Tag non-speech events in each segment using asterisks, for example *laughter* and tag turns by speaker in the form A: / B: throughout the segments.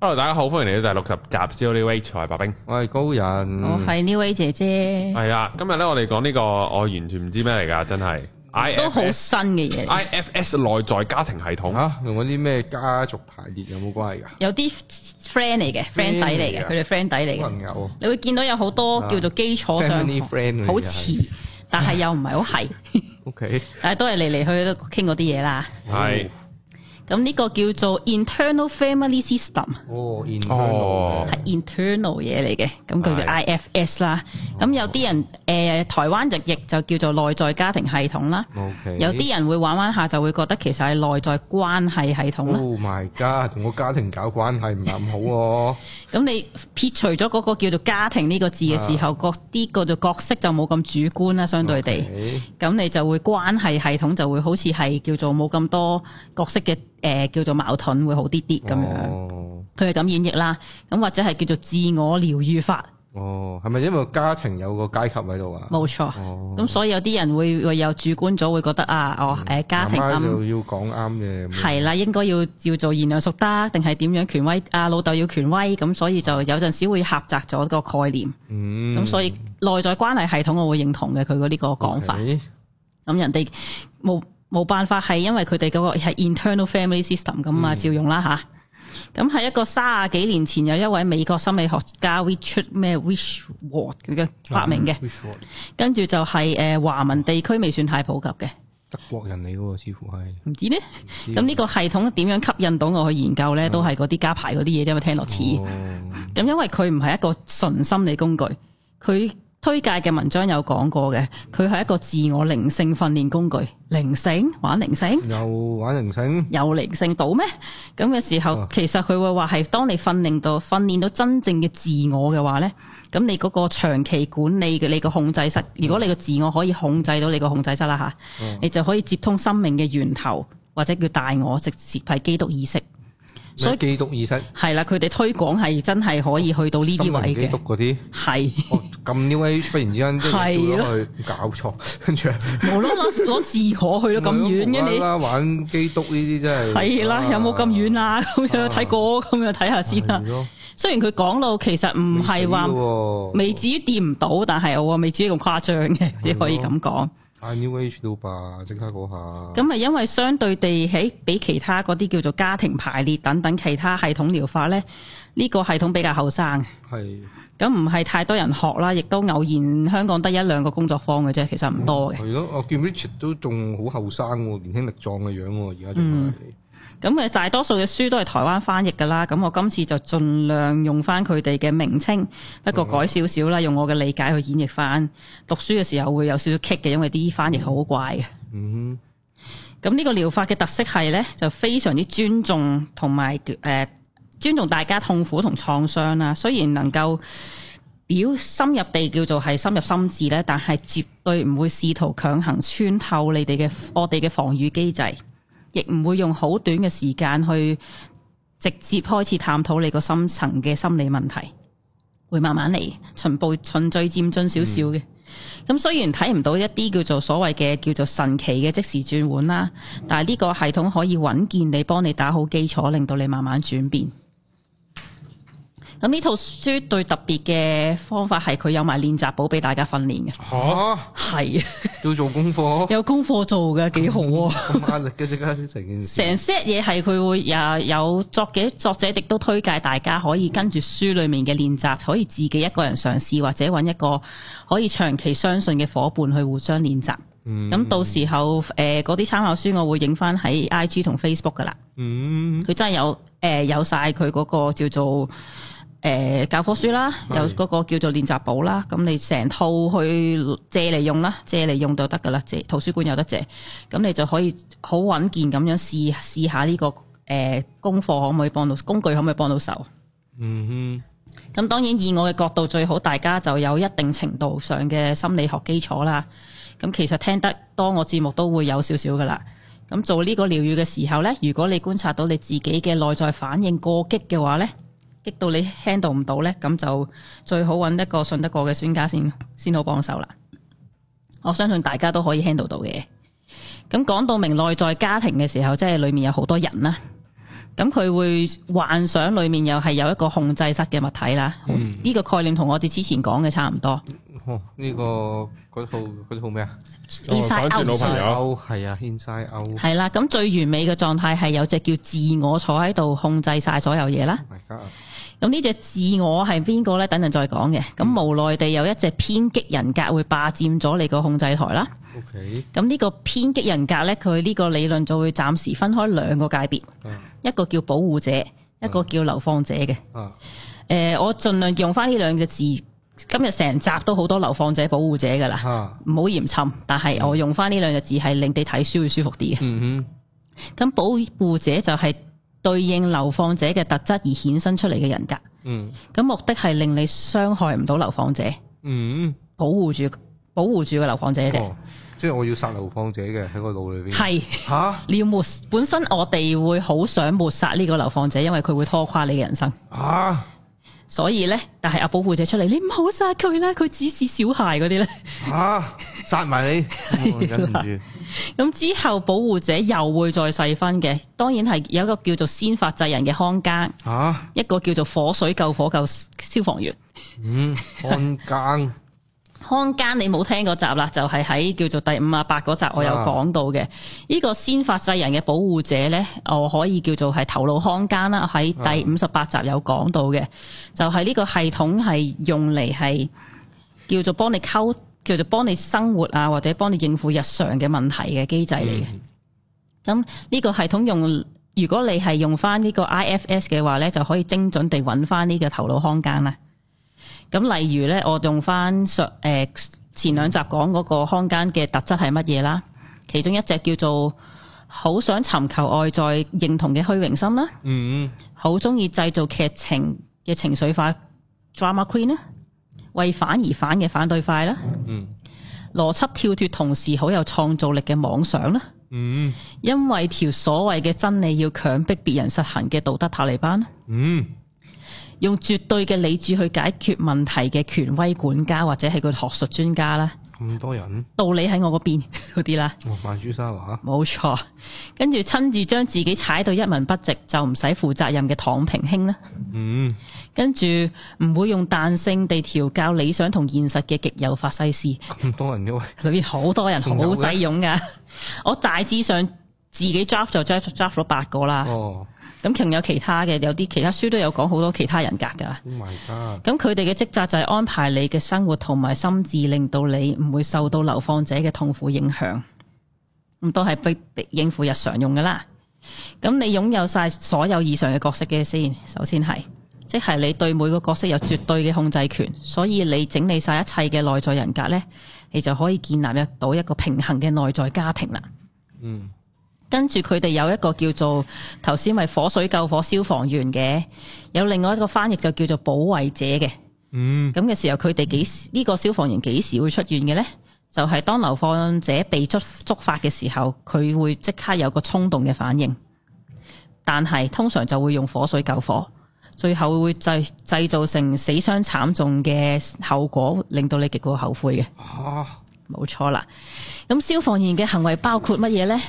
A: Hello，大家好，歡迎嚟到第六十集《New Age 財白冰》。
B: 我係高人，
C: 我哦係呢位姐姐，
A: 係啦，今日咧我哋講呢個我完全唔知咩嚟㗎，真係 I
C: 都
A: F
C: 好
A: S
C: 新嘅嘢嚟，
A: I F S 內在家庭系統。
B: 吓同嗰啲咩家族排列有冇關係噶？
C: 有啲 friend 嚟嘅，friend 底嚟嘅，
B: 嚟㗎
C: 佢哋 friend 底嚟
B: 可能
C: 嘅。
B: 有
C: 你會見到有好多叫做基礎上
B: Family friend 嚟嘅
C: 好似，但係又唔係好係， *laughs*
B: ，OK，
C: 但係都係嚟嚟去去都傾嗰啲嘢啦。
A: 係
C: 咁呢個叫做 internal family system。
B: 哦，
A: 哦
B: 嗯
C: 係 internal 嘢嚟嘅，咁佢叫
A: 係
C: IFS 啦。咁有啲人誒、呃台灣就譯就叫做內在家庭系統啦。
B: 哦，OK，
C: 有啲人會玩玩下就會覺得其實係內在關係系統啦。
B: ，Oh my god，同個家庭搞關係唔係咁好喎，
C: 咁你撇除咗嗰個叫做家庭呢個字嘅時候，嗰啲叫做角色就冇咁主觀啦，相對地。
B: 啊 OK，
C: 咁你就會關係系統就會好似係叫做冇咁多角色嘅誒、呃叫做矛盾會好啲啲咁樣。
B: 哦，
C: 佢係咁演繹啦，咁或者係叫做自我療愈法。
B: 哦，係咪因為家庭有個階級喺度啊？
C: 冇錯，
B: 哦
C: 咁、所以有啲人會會有主觀咗，會覺得啊，哦誒、家
B: 嗯
C: 庭
B: 媽媽
C: 咁
B: 就要講啱嘅，咁樣
C: 係啦，應該要要做賢良淑德，定係點樣權威啊？老豆要權威，咁所以就有陣時會狹窄咗個概念，咁、
B: 嗯，
C: 所以內在關係系統，我會認同嘅佢嗰呢個講法。咁
B: OK，
C: 人哋冇冇辦法係因為佢哋嗰個係 internal family system 咁啊，照用啦吓，咁喺一個三十幾年前，有一位美國心理學家 Richard 咩 Wishward 佢嘅發明嘅。
B: Which one？
C: 跟住就係誒華文地區未算太普及嘅，
B: 德國人嚟嘅喎，似乎係，
C: 唔知呢。咁呢個系統點樣吸引到我去研究呢？都係嗰啲加牌嗰啲嘢啫嘛，聽落似。咁、
B: 哦，
C: 因為佢唔係一個純心理工具，佢推介嘅文章有講過嘅，佢係一個自我靈性訓練工具。靈性玩靈性？
B: 又玩人性，
C: 有靈性到咩？咁嘅時
B: 啊
C: 候，其實佢會話係當你訓練到訓練到真正嘅自我嘅話呢，咁你嗰個長期管理嘅你個控制室，如果你個自我可以控制到你個控制室啦吓，
B: 啊
C: 你就可以接通生命嘅源頭，或者叫大我，直接係基督意識。所
B: 咩
C: 以
B: 基督意識，
C: 係啦，佢哋推廣係真係可以去到呢
B: 心
C: 啲
B: 靈
C: 位
B: 基督
C: 嘅，
B: 嗰啲。
C: 係
B: 哦，咁 New Age 忽然之間即係
C: 係
B: 跳
C: 咯
B: 咗去搞錯，跟住
C: 無啦啦攞自我去到咁遠嘅
B: 無
C: 你
B: 啦。啦玩基督呢啲真係
C: 係啦，有冇咁遠？啊？咁樣
B: 啊
C: 睇過，咁樣睇下先啦
B: 係。咯
C: 雖然佢講到其實唔係話
B: 未死喎
C: 未至於掂唔到，但係我話未至於咁誇張嘅，只可以咁講。
B: 太 New Age 到吧，即刻嗰下
C: 咁啊，因為相對地喺比其他嗰啲叫做家庭排列等等其他系統療法咧，呢、個系統比較後生，
B: 係
C: 咁唔係太多人學啦，亦都偶然香港得一兩個工作坊嘅啫，其實唔多嘅。
B: 係咯，我見 Richard 都仲好後生喎，年輕力壯嘅樣喎，而家仲係
C: 咁誒，大多數嘅書都係台灣翻譯㗎啦。咁我今次就盡量用翻佢哋嘅名稱，不過改少少啦，用我嘅理解去演繹翻。讀書嘅時候會有少少棘嘅，因為啲翻譯好怪嘅。
B: 嗯
C: 咁呢個療法嘅特色係咧，就非常之尊重同埋誒尊重大家痛苦同創傷啦。雖然能夠表深入地叫做係深入心智咧，但係絕對唔會試圖強行穿透你哋嘅我哋嘅防禦機制，亦唔會用好短嘅時間去直接開始探討你個深層嘅心理問題，會慢慢嚟，循步循序漸進少少嘅。咁雖然睇唔到一啲叫做所謂嘅叫做神奇嘅即時轉換啦，但係呢個系統可以穩健地幫你打好基礎，令到你慢慢轉變。咁呢套書最特別嘅方法係佢有埋練習簿俾大家訓練
A: 哦
C: 嘅，
B: 嚇
C: 係
B: 要做功課，
C: 有功課做嘅，幾好啊喎、
B: 咁壓力嘅即刻成件
C: *laughs*
B: 事
C: 成 set 嘢係佢會有有作者作者亦都推介大家可以跟住書裡面嘅練習，可以自己一個人嘗試，或者揾一個可以長期相信嘅伙伴去互相練習。咁、到時候誒嗰啲參考書，我會影翻喺 IG 同 Facebook 噶啦。
B: 嗯
C: 佢真係有誒、呃有晒佢嗰個叫做誒、呃教科書啦，
B: 係
C: 有嗰個叫做練習簿啦，咁你成套去借嚟用啦，借嚟用就得噶啦，借圖書館有得借，咁你就可以好穩健咁樣試試下呢、個誒、呃功課可唔可以幫到工具可唔可以幫到手？
B: 嗯
C: 咁當然以我嘅角度最好，大家就有一定程度上嘅心理學基礎啦。咁其實聽得多我節目都會有少少噶啦。咁做呢個療愈嘅時候呢，如果你觀察到你自己嘅內在反應過激嘅話呢，激到你 handle 唔到呢，咁就最好揾一個信得過嘅專家先先好幫手啦。我相信大家都可以 handle 到嘅。咁講到明內在家庭嘅時候，即係裡面有好多人啦。咁佢會幻想裡面又係有一個控制室嘅物體啦。
A: 嗯
C: 呢、個概念同我哋之前講嘅差唔多。
B: 哦，呢個嗰套嗰套咩啊？
C: Inside
A: 講住老朋
C: out
A: 友，
B: 歐係啊，Inside Out。
C: 係啦，咁最完美嘅狀態係有隻叫自我坐喺度控制晒所有嘢啦。
B: Oh my god！
C: 咁呢只自我係邊個呢？等陣再講嘅。
A: 嗯
C: 咁無奈地有一隻偏激人格會霸佔咗你個控制台啦。
B: O K，
C: 咁呢個偏激人格呢，佢呢個理論就會暫時分開兩個界別，
B: 啊
C: 一個叫保護者，一個叫流放者嘅。
B: 啊，
C: 诶、呃我盡量用翻呢兩個字，今日成集都好多流放者、保護者噶啦，
B: 吓，
C: 唔好嫌沉，但係我用翻呢兩個字係令你睇書會舒服啲嘅。
B: 嗯
C: 咁保護者就係對應流放者嘅特質而衍生出嚟嘅人格，
B: 哼，嗯
C: 咁目的係令你傷害唔到流放者，
B: 嗯，
C: 保護住保護住個流放者嘅。
B: 哦，即係我要殺流放者嘅喺個腦裏邊。
C: 係
B: 吓
C: 你要抹，本身我哋會好想抹殺呢個流放者，因為佢會拖垮你嘅人生。
B: 吓
C: 所以呢，但係阿保護者出嚟，你唔好殺佢啦，佢只是小孩嗰啲呢。
B: 吓，殺埋你，我忍唔住。
C: 咁之後保護者又會再細分嘅，當然係有一個叫做先發制人嘅看更，
B: 吓，
C: 一個叫做火水救火救消防員。
B: 嗯，看更，
C: 看更你冇聽嗰集啦，就係、喺叫做第五啊八嗰集我有講到嘅。呢、個先發制人嘅保護者呢，我可以叫做係頭腦看更啦，喺第五十八集有講到嘅，就係、呢個系統係用嚟係叫做幫你溝，叫做幫你生活啊，或者幫你應付日常嘅問題嘅機制嚟嘅。咁呢個系統用，如果你係用翻呢個 IFS 嘅話呢，就可以精準地揾翻呢個頭腦空間啦。咁例如呢，我用翻上誒前兩集講嗰個空間嘅特質係乜嘢啦？其中一隻叫做好想尋求外在認同嘅虛榮心啦，
B: 嗯，
C: 好中意製造劇情嘅情緒化 drama queen 啦，為反而反嘅反對派啦，
B: 嗯，
C: 邏輯跳脱同時好有創造力嘅妄想啦。
B: 嗯，
C: 因為條所謂嘅真理要強迫別人實行嘅道德塔利班，
B: 嗯，
C: 用絕對嘅理智去解決問題嘅權威管家或者係個學術專家啦，
B: 咁多人，哦
C: 道理喺我嗰邊 *laughs* 嗰啲啦，
B: 哇，曼珠沙華，
C: 冇錯。跟住親自將自己踩到一文不值就唔使負責任嘅躺平興啦，
B: 嗯，
C: 跟住唔會用彈性地調教理想同現實嘅極右法西斯。
B: 咁多人嘅喂，
C: 裏面好多人好
B: 仲有嘅
C: 使用噶，我大致上自己 draft 就 draft draft 咗八個啦。
B: 哦
C: 咁仲有其他嘅，有啲其他書都有講好多其他人格㗎。
B: ，Oh my god，
C: 咁佢哋嘅職責就係安排你嘅生活同埋心智，令到你唔會受到流放者嘅痛苦影響。咁都係被被應付日常用㗎啦。咁你擁有晒所有以上嘅角色嘅先，首先係，即係你對每個角色有絕對嘅控制權，所以你整理晒一切嘅內在人格呢，你就可以建立一到一個平衡嘅內在家庭啦。
B: 嗯，
C: 跟住佢哋有一個叫做頭先咪火水救火消防員嘅，有另外一個翻譯就叫做保衛者嘅。
B: 嗯，
C: 咁嘅時候，佢哋幾時呢、個消防員幾時會出現嘅呢？就係、當流放者被觸觸發嘅時候，佢會即刻有個衝動嘅反應，但係通常就會用火水救火，最後會製製造成死傷慘重嘅後果，令到你極度後悔嘅。
B: 啊，
C: 冇錯啦。咁消防員嘅行為包括乜嘢呢？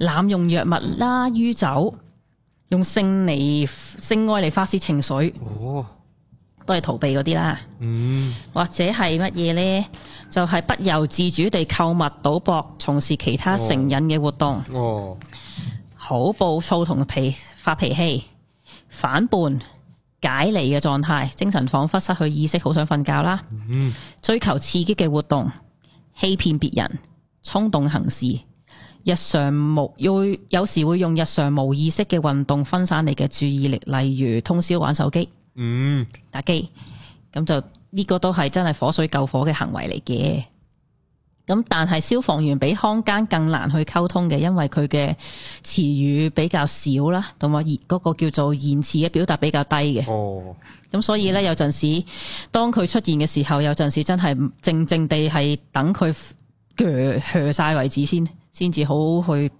C: 濫用藥物啦、酗酒、用性嚟性愛嚟發泄情緒，
B: 哦，
C: 都係逃避嗰啲啦。
B: 嗯，
C: 或者係乜嘢呢？就係、不由自主地購物、賭博、從事其他成癮嘅活動，
B: 哦，
C: 好暴躁同脾發脾氣、反叛、解離嘅狀態，精神恍惚失去意識，好想瞓覺啦。
B: 嗯，
C: 追求刺激嘅活動，欺騙別人，衝動行事，日常無要有時會用日常無意識嘅運動分散你嘅注意力，例如通宵玩手機、
B: 嗯，
C: 打機，咁就呢、個都係真係火水救火嘅行為嚟嘅。咁但係消防員比看更更難去溝通嘅，因為佢嘅詞語比較少啦，同埋言嗰個叫做言辭嘅表達比較低嘅。
B: 哦，
C: 咁所以咧，有陣時當佢出現嘅時候，有陣時真係靜靜地係等佢鋸鋸晒為止先，先至好去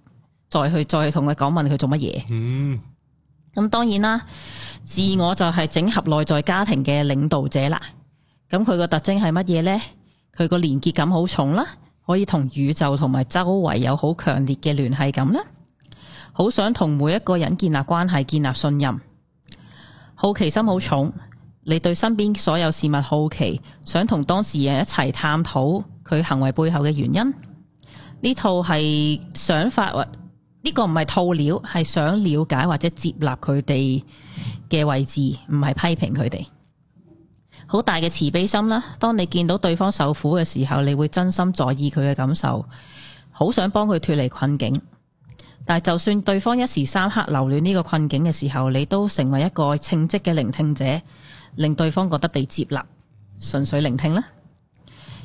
C: 再去再同佢講問佢做乜嘢。
B: 嗯，
C: 咁當然啦，自我就係整合內在家庭嘅領導者啦。咁佢個特徵係乜嘢呢？佢個連結感好重啦，可以同宇宙同埋周圍有好強烈嘅聯繫感啦，好想同每一個人建立關係、建立信任。好奇心好重，你對身邊所有事物好奇，想同當事人一齊探討佢行為背後嘅原因。呢套係想法或呢個唔係套料，係想了解或者接納佢哋嘅位置，唔係批評佢哋。好大嘅慈悲心啦！當你見到對方受苦嘅時候，你會真心在意佢嘅感受，好想幫佢脱離困境。但就算對方一時三刻留戀呢個困境嘅時候，你都成為一個稱職嘅聆聽者，令對方覺得被接納，純粹聆聽啦。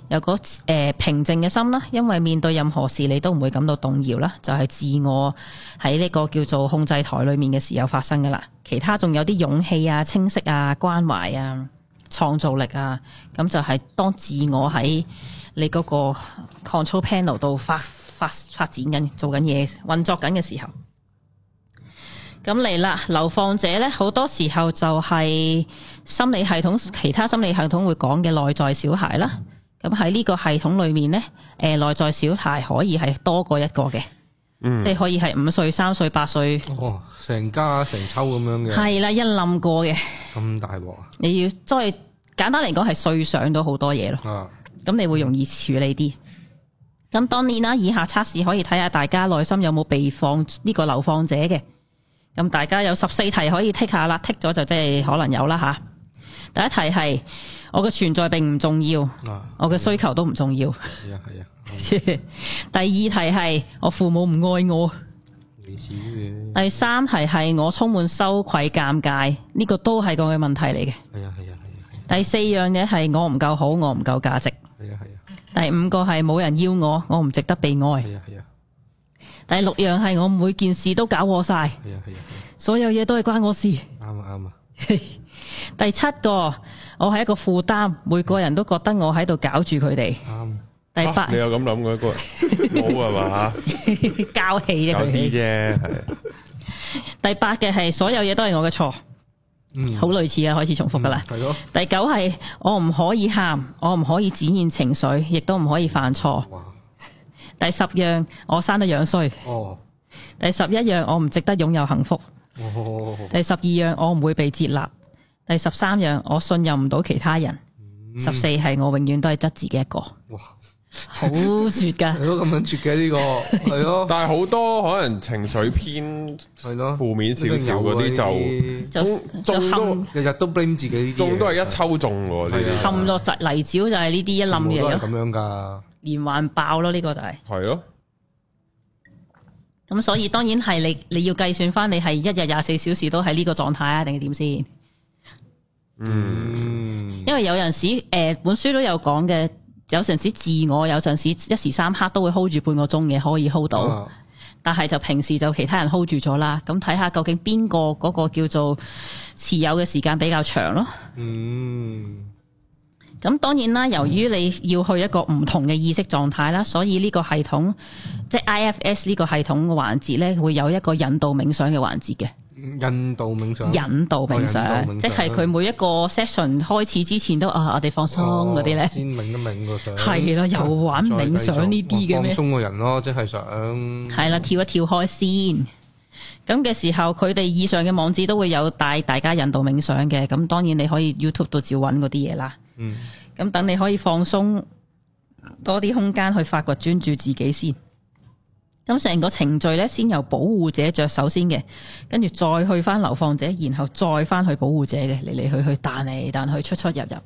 C: 有個誒、呃平靜嘅心啦，因為面對任何事你都唔會感到動搖啦，就係、自我喺呢個叫做控制台裏面嘅時候發生噶啦。其他仲有啲勇氣啊、清晰啊、關懷啊、創造力啊，咁就係當自我喺你嗰個 control panel 度發發發展緊、做緊嘢、運作緊嘅時候。咁嚟啦，流放者呢，好多時候就係心理系統、其他心理系統會講嘅內在小孩啦。咁喺呢個系統裏面呢，誒內在小孩可以係多過一個嘅，即係可以係五歲、三歲、八歲，
B: 哦，成家成抽咁樣嘅，
C: 係啦，一冧過嘅。
B: 咁大鑊啊！
C: 你要再簡單嚟講係碎上到好多嘢咯，
B: 啊，
C: 咁你會容易處理啲。咁當然啦，以下測試可以睇下大家內心有冇被放呢個流放者嘅。咁大家有十四題可以剔下啦，剔咗就即係可能有啦吓。第一題係我嘅存在並唔重要，
B: 啊，
C: 我嘅需求都唔重要。 *laughs*
B: 係啊係啊，
C: 第二題係我父母唔愛我。
B: 類似嘅，
C: 第三題係我充滿羞愧尷尬，呢、個都係個嘅問題嚟嘅。
B: 係啊係啊係啊
C: 第四樣嘢係我唔夠好，我唔夠價值。
B: 係啊係啊
C: 第五個係冇人要我，我唔值得被愛。
B: 係啊係啊
C: 第六樣係我每件事都搞我晒，
B: 係啊係啊，
C: 所有嘢都係關我事。
B: 啱啊啱啊，
C: 第七個，我係一個負擔，每個人都覺得我喺度搞住佢哋。
B: 啱。
C: 第
A: 啊
C: 八，
A: 你有咁諗嘅嗰日冇啊嘛？
C: *laughs* 交氣啫
A: 有啲
C: 佢。
A: 啫，係
C: 第八嘅係所有嘢都係我嘅錯，
B: 嗯
C: 好類似啊，開始重複噶啦。
B: 係咯，
A: 嗯
C: 第九係我唔可以喊，我唔可以展現情緒，亦都唔可以犯錯。
B: 哇，
C: 第十樣我生得樣衰，
B: 哦，
C: 第十一樣我唔值得擁有幸福，
B: 哦，
C: 第十二樣我唔會被接納，第十三樣我信任唔到其他人，
B: 嗯
C: 十四係我永遠都係得自己一個，
B: 哇，
C: 好絕噶
B: *laughs* 係，咯，咁樣絕嘅呢個，係咯，
A: 但係好多可能情緒偏
B: 係咯，
A: 負面少少嗰啲就
B: 就
A: 中
C: 就就
A: 中都
C: 冚
B: 日日都 blame 自己呢啲嘢，
A: 中都係
B: Dạ,
A: 一抽中喎，呢
B: 係啊
A: 啲
C: 冚落窒泥沼就係呢啲一冧
B: 全部
C: 嘢
B: 都係
C: 咯，
B: 咁樣㗎，
C: 連環爆咯呢個就係、
A: 係咯，
C: 咁所以當然係你你要計算翻你係一日廿四小時都喺呢個狀態啊，定係點先？
A: 嗯，
B: 嗯，
C: 因為有陣時诶、呃本書都有講嘅，有陣時自我，有陣時一時三刻都會 hold 住半個鐘嘅，可以 hold 到。
B: 啊
C: 但係就平時就其他人 hold 住咗啦，咁睇下究竟邊個嗰個叫做持有嘅時間比較長咯。
B: Ừ. 嗯，
C: 咁當然啦，由於你要去一個唔同嘅意識狀態啦，所以呢個系統即系 IFS 呢個系統嘅環節咧，會有一個引導冥想嘅環節嘅。
B: 印度冥想，
C: 引導冥
B: 哦
C: 想
B: 引導，冥想
C: 即係佢每一個 session 開始之前都啊，我哋放鬆
B: 哦
C: 嗰啲咧，
B: 先冥一冥個想，
C: 係啦，又玩
B: 再繼續
C: 冥想呢啲嘅咩？
B: 放鬆個人咯，即係想，
C: 係啦，跳一跳開先。咁嘅時候，佢哋以上嘅網址都會有帶大家引導冥想嘅。咁當然你可以 YouTube 度照揾嗰啲嘢啦。
B: 嗯，
C: 咁等你可以放鬆多啲空間去發掘專注自己先。咁成個程序呢，先由保護者着手先嘅，跟住再去翻流放者，然後再翻去保護者嘅，嚟嚟去去彈嚟彈去，出出入入嘅，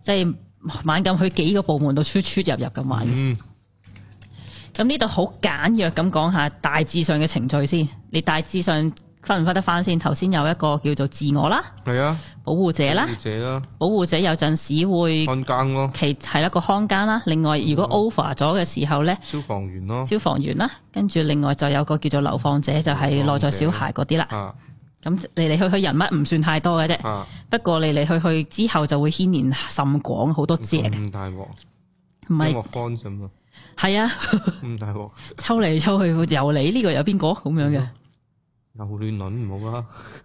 C: 即係猛咁去幾個部門度出出入入咁玩嘅。
B: 嗯，
C: 咁呢度好簡約咁講下大致上嘅程序先，你大致上分唔分得翻先？頭先有一個叫做自我啦、
B: 係啊，
C: 保護者啦
B: 記，者啦，
C: 保護者有陣時會
B: 看更咯，
C: 其係一個看更啦。另外，如果 over 咗嘅時候呢，
B: 消防員咯，
C: 消防員啦，跟住另外就有個叫做流放者，就係、內在小孩嗰啲啦。
B: 啊
C: 咁嚟嚟去去人物唔算太多嘅啫，
B: 啊，
C: 不過嚟嚟去去之後就會牽連甚廣，好多隻，
B: 咁大鑊，
C: 唔
B: 音
C: 係
B: 樂 fun
C: *laughs*
B: 咁啊，
C: 係啊，
B: 咁大鑊，
C: 抽嚟抽去由你呢、個有邊個咁樣嘅。
B: 又亂倫唔好啦，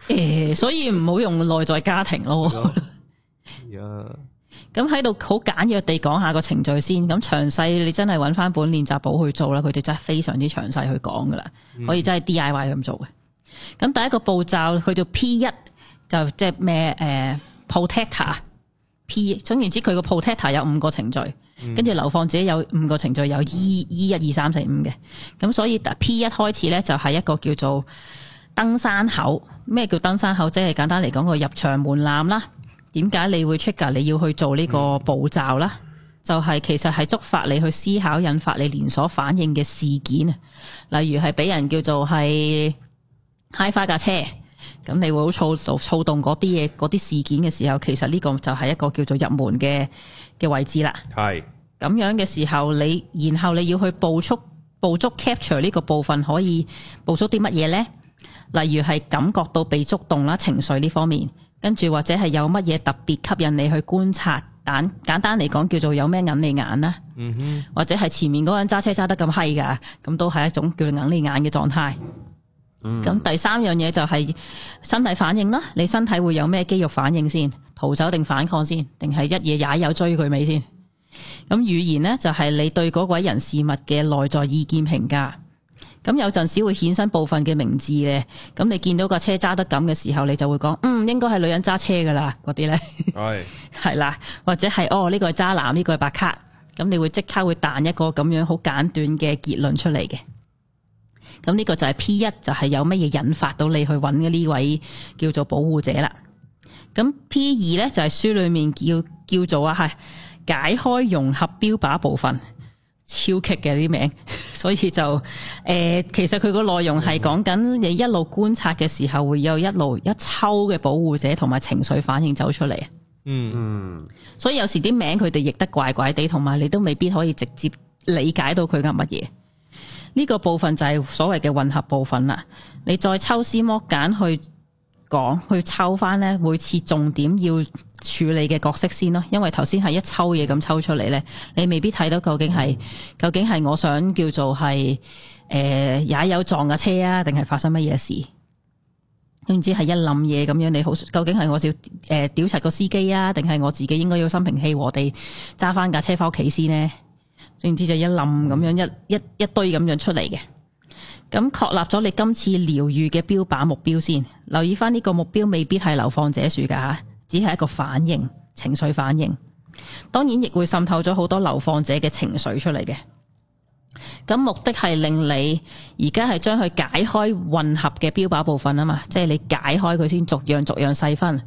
C: 诶、所以唔好用內在家庭咯。
B: 而家
C: 咁喺度好簡約地講下個程序先，咁詳細你真係揾翻本練習簿去做啦，佢哋真係非常之詳細去講噶啦，可以真係 D I Y 咁做嘅。咁第一個步驟佢叫 P 一，就即係咩诶 protector P，總言之佢個 protector 有五個程序，跟住流放者有五個程序，有 E E 一二三四五嘅，咁所以 P 一開始咧就係一個叫做。登山口。咩叫登山口？即係簡單嚟講個入場門檻啦。點解你會 trigger 你要去做呢個步驟啦？就係其實係觸發你去思考、引發你連鎖反應嘅事件啊。例如係俾人叫做係揩花架車，咁你會好躁動、躁動嗰啲嘢、嗰啲事件嘅時候，其實呢個就係一個叫做入門嘅嘅位置啦。
A: 系
C: 咁樣嘅時候，你然後你要去捕捉捕捉 capture 呢個部分，可以捕捉啲乜嘢呢？例如係感覺到被觸動啦，情緒呢方面，跟住或者係有乜嘢特別吸引你去觀察，簡簡單嚟講叫做有咩引你眼啦，
B: 嗯哼，
C: 或者係前面嗰個人揸車揸得咁閪㗎，咁都係一種叫引你眼嘅狀態。咁、第三樣嘢就係身體反應啦，你身體會有咩肌肉反應先？逃走定反抗先？定係一嘢踩油追佢尾先？咁語言呢，就係你對嗰位人事物嘅內在意見評價。咁有陣時會衍生部分嘅名字嘅，咁你見到架車揸得咁嘅時候，你就會講，嗯，應該係女人揸車噶啦，嗰啲呢，
A: 系
C: 係啦，或者係哦呢、個係渣男，呢、個係白卡，咁你會即刻會彈一個咁樣好簡短嘅結論出嚟嘅。咁呢個就係 P 一，就係有乜嘢引發到你去揾嘅呢位叫做保護者啦。咁 P 二呢，就係書里面叫叫做啊係解開融合標靶部分，超劇嘅呢啲名， *laughs* 所以就诶、呃其實佢個內容係講緊你一路觀察嘅時候，會有一路一抽嘅保護者同埋情緒反應走出嚟。
B: 嗯
A: 嗯
C: 所以有時啲名佢哋譯得怪怪地，同埋你都未必可以直接理解到佢噏乜嘢。呢、個部分就係所謂嘅混合部分啦。你再抽絲剝繭去講，去抽翻呢每次重點要處理嘅角色先咯。因為頭先係一抽嘢咁抽出嚟呢，你未必睇到究竟係究竟係我想叫做係誒踩油撞架車啊，定係發生乜嘢事？總之係一冧嘢咁樣，你好究竟係我要誒屌柒個司機啊，定係我自己應該要心平氣和地揸翻架車翻屋企先呢？總之就一冧咁樣一一一堆咁樣出嚟嘅。咁確立咗你今次療愈嘅標靶目標先，留意翻呢個目標未必係流放者樹㗎吓，只係一個反應情緒反應。當然亦會滲透咗好多流放者嘅情緒出嚟嘅。咁目的係令你而家係將佢解開混合嘅標靶部分啊嘛，即係你解開佢先逐樣逐樣細分。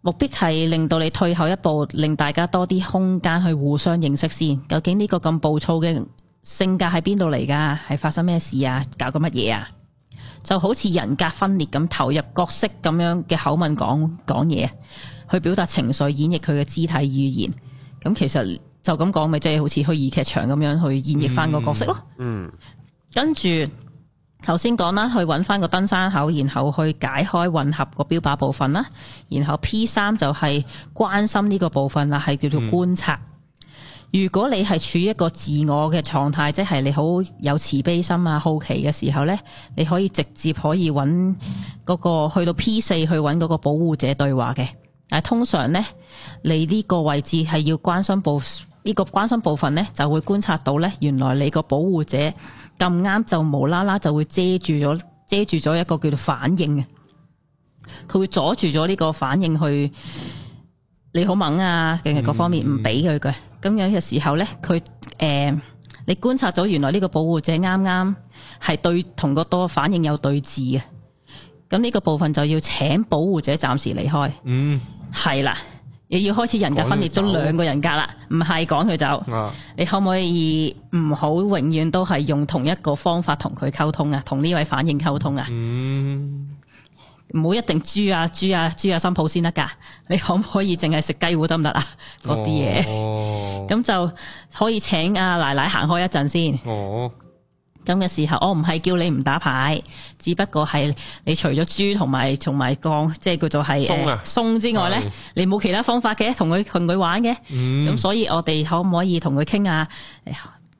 C: 目的係令到你退後一步，令大家多啲空間去互相認識先。究竟呢個咁暴躁嘅性格喺邊度嚟㗎？係發生咩事啊？搞緊乜嘢啊？就好似人格分裂咁投入角色咁樣嘅口吻講講嘢，去表達情緒，演繹佢嘅肢體語言。咁其實就咁講，咪即係好似虛擬劇場咁樣去演繹翻個角色咯。
A: 嗯
C: 跟住頭先講啦，去揾翻個登山口，然後去解開混合個標靶部分啦。然後 P 三就係關心呢個部分啦，係叫
A: 嗯
C: 做觀察。如果你係處於一個自我嘅狀態，即係你好有慈悲心啊、好奇嘅時候呢，你可以直接可以揾嗰、個去到 P 四去揾嗰個保護者對話嘅。但係通常呢，你呢個位置係要關心部呢、個關心部分呢，就會觀察到呢，原來你個保護者咁啱就無啦啦就會遮住咗遮住咗一個叫做反應嘅，佢會阻住咗呢個反應去。你好猛啊，定係各方面唔俾佢嘅。咁樣嘅時候呢，佢诶、誒你觀察咗原來呢個保護者啱啱係對同個多反應有對峙嘅。咁呢個部分就要請保護者暫時離開，
B: 嗯
C: 係啦，你要開始人格分裂
B: 趕佢走
C: 咗兩個人格啦，唔係趕佢走。
B: 啊，
C: 你可唔可以唔好永遠都係用同一個方法同佢溝通啊？同呢位反應溝通啊？
B: 嗯
C: 唔好一定豬啊豬啊豬啊新抱先得㗎。你可唔可以淨係食雞糊得唔得啊？嗰啲嘢。
B: 哦
C: 咁就可以請阿奶奶行開一陣先。
B: 哦，
C: 咁嘅時候，我唔係叫你唔打牌，只不過係你除咗豬同埋同埋降，即係叫做係
A: 鬆啊
C: 呃鬆之外
B: 係
C: 咧，你冇其他方法嘅，同佢同佢玩嘅。咁、
B: 嗯
C: 所以我哋可唔可以同佢傾下？誒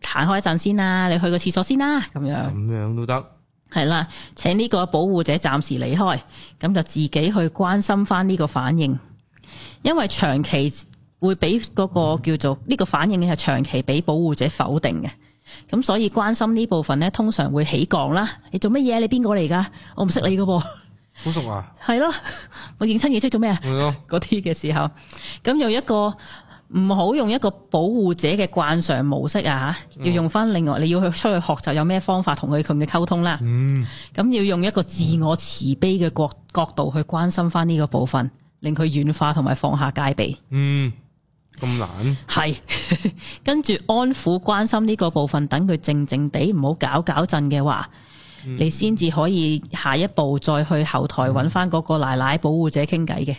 C: 行開一陣先啦，你去個廁所先啦，咁樣。
B: 咁樣都得，
C: 係啦，請呢個保護者暫時離開，咁就自己去關心翻呢個反應，因為長期會會俾嗰個叫做呢、個反應係長期俾保護者否定嘅。咁所以關心呢部分咧，通常會起降啦。你做乜嘢？你邊個嚟噶？我唔識你噶噃， *laughs*
B: 好熟啊，
C: 係咯，我認親認識做咩啊？
B: 係咯，
C: 嗰啲嘅時候，咁用一個唔好用一個保護者嘅慣常模式啊吓，要用翻另外你要去出去學習有咩方法同佢佢嘅溝通啦。
B: 嗯，
C: 咁要用一個自我慈悲嘅角角度去關心翻呢個部分，令佢軟化同埋放下戒備。
B: 嗯，咁難，
C: 係， *laughs* 跟住安撫關心呢個部分，等佢靜靜地唔好搞搞震嘅話，你先至可以下一步再去後台揾翻嗰個奶奶保護者傾偈嘅。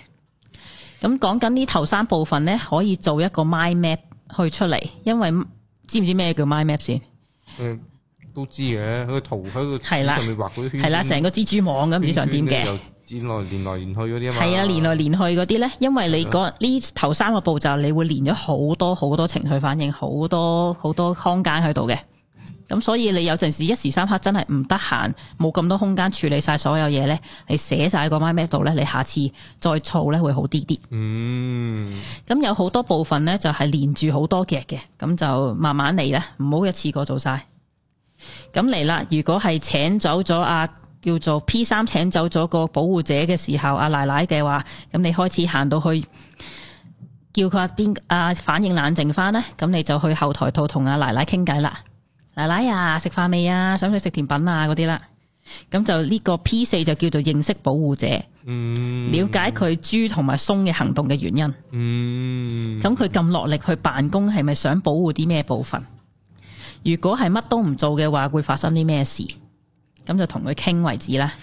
C: 咁講緊呢頭三部分呢，可以做一個 mind map 去出嚟，因為知唔知咩叫 mind map 先？
B: 誒都知嘅，喺個圖喺個紙
C: 係啦
B: 上面畫嗰啲圈，
C: 係啦，成個蜘蛛網咁，唔知想點嘅。
B: 又連來連來連去嗰啲啊嘛，
C: 係啊，連來連去嗰啲呢，因為你嗰呢頭三個步驟，你會連咗好多好多情緒反應，好多好多空間喺度嘅。咁所以你有陣時一時三刻真係唔得閒，冇咁多空間處理晒所有嘢呢，你寫晒個 mind map 度呢，你下次再做呢會好啲啲。
B: 嗯，
C: 咁有好多部分呢，就係連住好多嘅嘅，咁就慢慢嚟啦，唔好一次過做晒。咁嚟啦，如果係請走咗啊，叫做 P 三請走咗個保護者嘅時候，阿、奶奶嘅話，咁你開始行到去。叫佢阿邊啊反應冷靜翻呢，咁你就去後台度同阿奶奶傾偈啦。奶奶啊，食飯未啊？想唔想食甜品啊？嗰啲啦，咁就呢個 P 四就叫做認識保護者，
B: 嗯，
C: 了解佢豬同埋鬆嘅行動嘅原因。
B: 嗯，
C: 咁佢咁落力去辦公，係咪想保護啲咩部分？如果係乜都唔做嘅話，會發生啲咩事？咁就同佢傾為止啦。